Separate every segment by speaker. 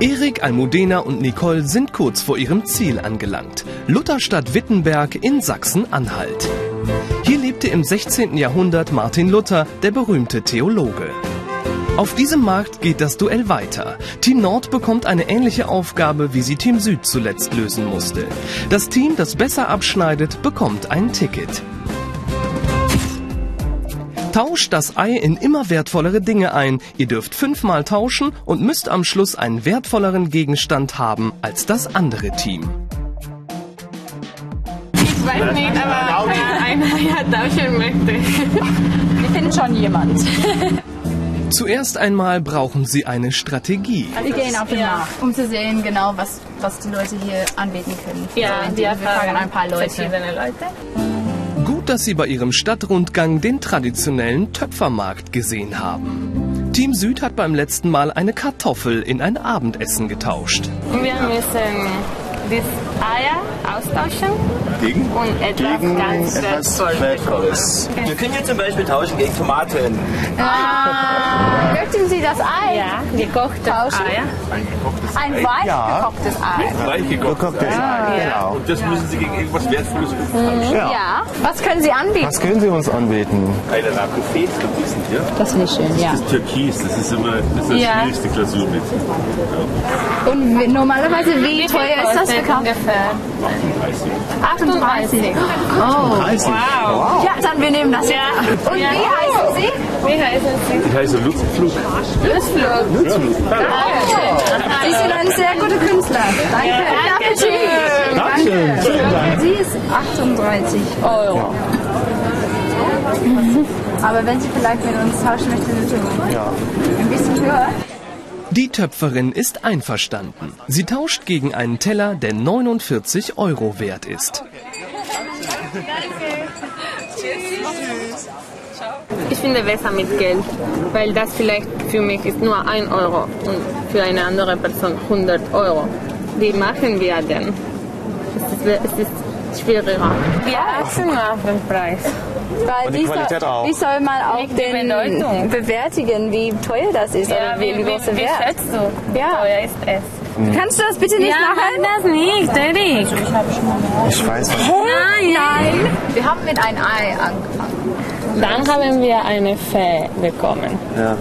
Speaker 1: Erik, Almudena und Nicole sind kurz vor ihrem Ziel angelangt. Lutherstadt Wittenberg in Sachsen-Anhalt. Hier lebte im 16. Jahrhundert Martin Luther, der berühmte Theologe. Auf diesem Markt geht das Duell weiter. Team Nord bekommt eine ähnliche Aufgabe, wie sie Team Süd zuletzt lösen musste. Das Team, das besser abschneidet, bekommt ein Ticket. Tauscht das Ei in immer wertvollere Dinge ein. Ihr dürft fünfmal tauschen und müsst am Schluss einen wertvolleren Gegenstand haben als das andere Team.
Speaker 2: Ich weiß nicht, aber einer ja tauschen möchte.
Speaker 3: Wir finden schon jemand.
Speaker 1: Zuerst einmal brauchen sie eine Strategie.
Speaker 3: Wir gehen auf den
Speaker 2: Ja.
Speaker 3: Markt, um zu sehen genau, was, was die Leute hier anbieten können. Also, wir fragen ein paar Leute.
Speaker 2: Verschiedene Leute.
Speaker 1: Gut, dass sie bei ihrem Stadtrundgang den traditionellen Töpfermarkt gesehen haben. Team Süd hat beim letzten Mal eine Kartoffel in ein Abendessen getauscht.
Speaker 2: Wir müssen die Eier austauschen
Speaker 4: Gegen?
Speaker 2: und etwas
Speaker 4: Gegen
Speaker 2: ganz
Speaker 4: etwas
Speaker 2: Wertvolles.
Speaker 4: Wertvolles.
Speaker 5: Wir können hier zum Beispiel tauschen gegen Tomaten.
Speaker 3: Möchten Sie das Ei?
Speaker 2: Ja, gekochte
Speaker 3: Tauschen?
Speaker 2: Eier.
Speaker 4: Ein gekochtes
Speaker 3: Ein
Speaker 4: Ei.
Speaker 3: weich
Speaker 6: Ja.
Speaker 3: gekochtes Ei.
Speaker 5: Weich gekocht.
Speaker 6: Gekochtes Ei, genau.
Speaker 5: Und das müssen Sie gegen irgendwas Wertvolles umtauschen.
Speaker 6: Ja.
Speaker 3: Ja. Was können Sie anbieten?
Speaker 6: Was können Sie uns anbieten?
Speaker 5: Einer nach Buffet von diesen hier.
Speaker 3: Das finde ich schön, ja.
Speaker 5: Das ist Türkis, das ist immer das, ist das
Speaker 3: Ja.
Speaker 5: schwierigste Klausur mit.
Speaker 3: Und wie- normalerweise, wie teuer ist das gekauft?
Speaker 2: Ungefähr.
Speaker 5: 38.
Speaker 3: 38. Oh.
Speaker 6: 30. Wow.
Speaker 3: Ja, dann wir nehmen das
Speaker 2: Ja.
Speaker 3: jetzt. Und wie
Speaker 2: Ja.
Speaker 3: heißen Sie?
Speaker 2: Wie heißen sie?
Speaker 5: Ich heiße Luftflug.
Speaker 2: Lustflug.
Speaker 5: Luftflug.
Speaker 3: Sie sind ein sehr guter Künstler. Danke. Ja, Appetit.
Speaker 6: Danke. Vielen Dank.
Speaker 3: Sie ist 38 Euro. Mhm. Aber wenn Sie vielleicht mit uns tauschen möchten, bitte
Speaker 6: Ja.
Speaker 3: ein bisschen höher.
Speaker 1: Die Töpferin ist einverstanden. Sie tauscht gegen einen Teller, der 49 Euro wert ist.
Speaker 2: Ich finde besser mit Geld, weil das vielleicht für mich ist nur 1 Euro und für eine andere Person 100 Euro. Wie machen wir denn? Es ist, es ist schwieriger. Wir achten auf den Preis.
Speaker 3: Weil
Speaker 6: die Qualität auch.
Speaker 3: ich soll mal auch
Speaker 2: Nicht die Bedeutung.
Speaker 3: bewertigen, wie teuer das ist
Speaker 2: Ja, wie, wie, wie schätzt du? Wie
Speaker 3: Ja.
Speaker 2: teuer ist es?
Speaker 3: Kannst du das bitte nicht machen?
Speaker 2: das nicht, Erik.
Speaker 6: Ich weiß was.
Speaker 3: Nein. Wir haben mit einem Ei angefangen.
Speaker 2: Dann haben wir eine Fee bekommen.
Speaker 6: Ja.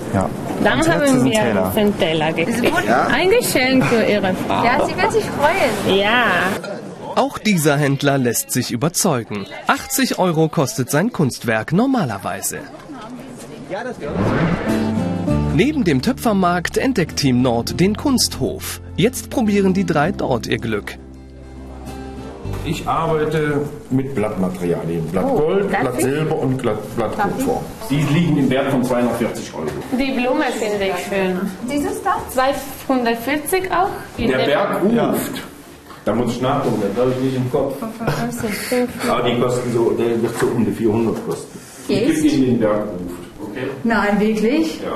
Speaker 2: Dann
Speaker 6: Und jetzt
Speaker 2: haben
Speaker 6: diesen
Speaker 2: wir
Speaker 6: Teller.
Speaker 2: diesen Teller gekriegt. Ein Geschenk für ihre Frau.
Speaker 3: Ja, sie wird sich freuen.
Speaker 2: ja.
Speaker 1: Auch dieser Händler lässt sich überzeugen. 80 Euro kostet sein Kunstwerk normalerweise. Neben dem Töpfermarkt entdeckt Team Nord den Kunsthof. Jetzt probieren die drei dort ihr Glück.
Speaker 7: Ich arbeite mit Blattmaterialien. Blatt Gold, Blatt Silber und Blatt, Blatt Kupfer. Die liegen im Wert von 240 Euro.
Speaker 2: Die Blume finde ich schön.
Speaker 3: Dieses da?
Speaker 2: 240 auch?
Speaker 7: Der Berg ruft. Da muss ich nachgucken, das habe ich nicht im Kopf. Aber die kosten so, der wird so um die 400 kosten. Ich gebe Ihnen den Berg ruft. Okay?
Speaker 3: Nein, wirklich?
Speaker 7: Ja.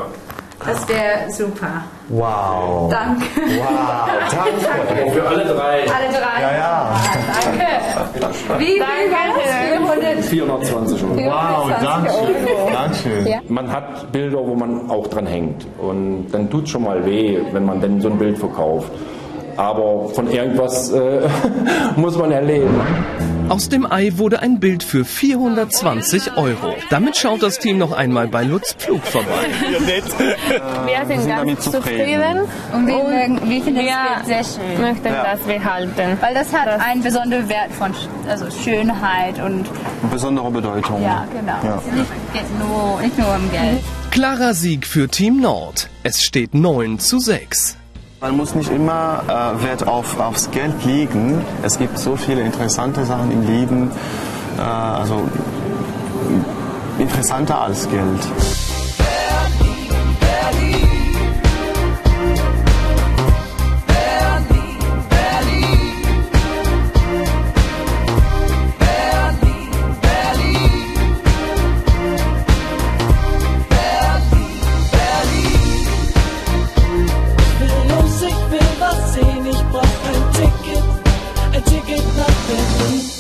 Speaker 3: Das wäre super.
Speaker 6: Wow.
Speaker 3: Danke.
Speaker 6: Wow. Danke.
Speaker 7: Aber für alle drei
Speaker 3: Alle drei.
Speaker 6: Ja, ja.
Speaker 3: Wie viel war das?
Speaker 7: 420 Euro.
Speaker 6: Wow, danke. Dankeschön.
Speaker 7: Man hat Bilder, wo man auch dran hängt. Und dann tut schon mal weh, wenn man denn so ein Bild verkauft. Aber von irgendwas äh, muss man erleben.
Speaker 1: Aus dem Ei wurde ein Bild für 420 Euro. Damit schaut das Team noch einmal bei Lutz Pflug vorbei.
Speaker 2: Wir sind,
Speaker 6: damit
Speaker 2: ganz
Speaker 6: zufrieden.
Speaker 2: zufrieden.
Speaker 3: Und wir, mögen, wir finden
Speaker 2: Ja.
Speaker 3: das Bild sehr schön.
Speaker 2: Möchten das behalten.
Speaker 3: Weil das hat einen besonderen Wert von Sch- also Schönheit und
Speaker 6: Besondere Bedeutung.
Speaker 3: ja, genau.
Speaker 6: Ja.
Speaker 3: Es Nicht, geht nur, nicht nur um Geld.
Speaker 1: Klarer Sieg für Team Nord. Es steht 9 zu 6.
Speaker 6: Man muss nicht immer äh, Wert auf, aufs Geld legen. Es gibt so viele interessante Sachen im Leben. Äh, also interessanter als Geld.
Speaker 8: will los, ich will was sehen, ich brauch ein Ticket, ein Ticket nach Berlin.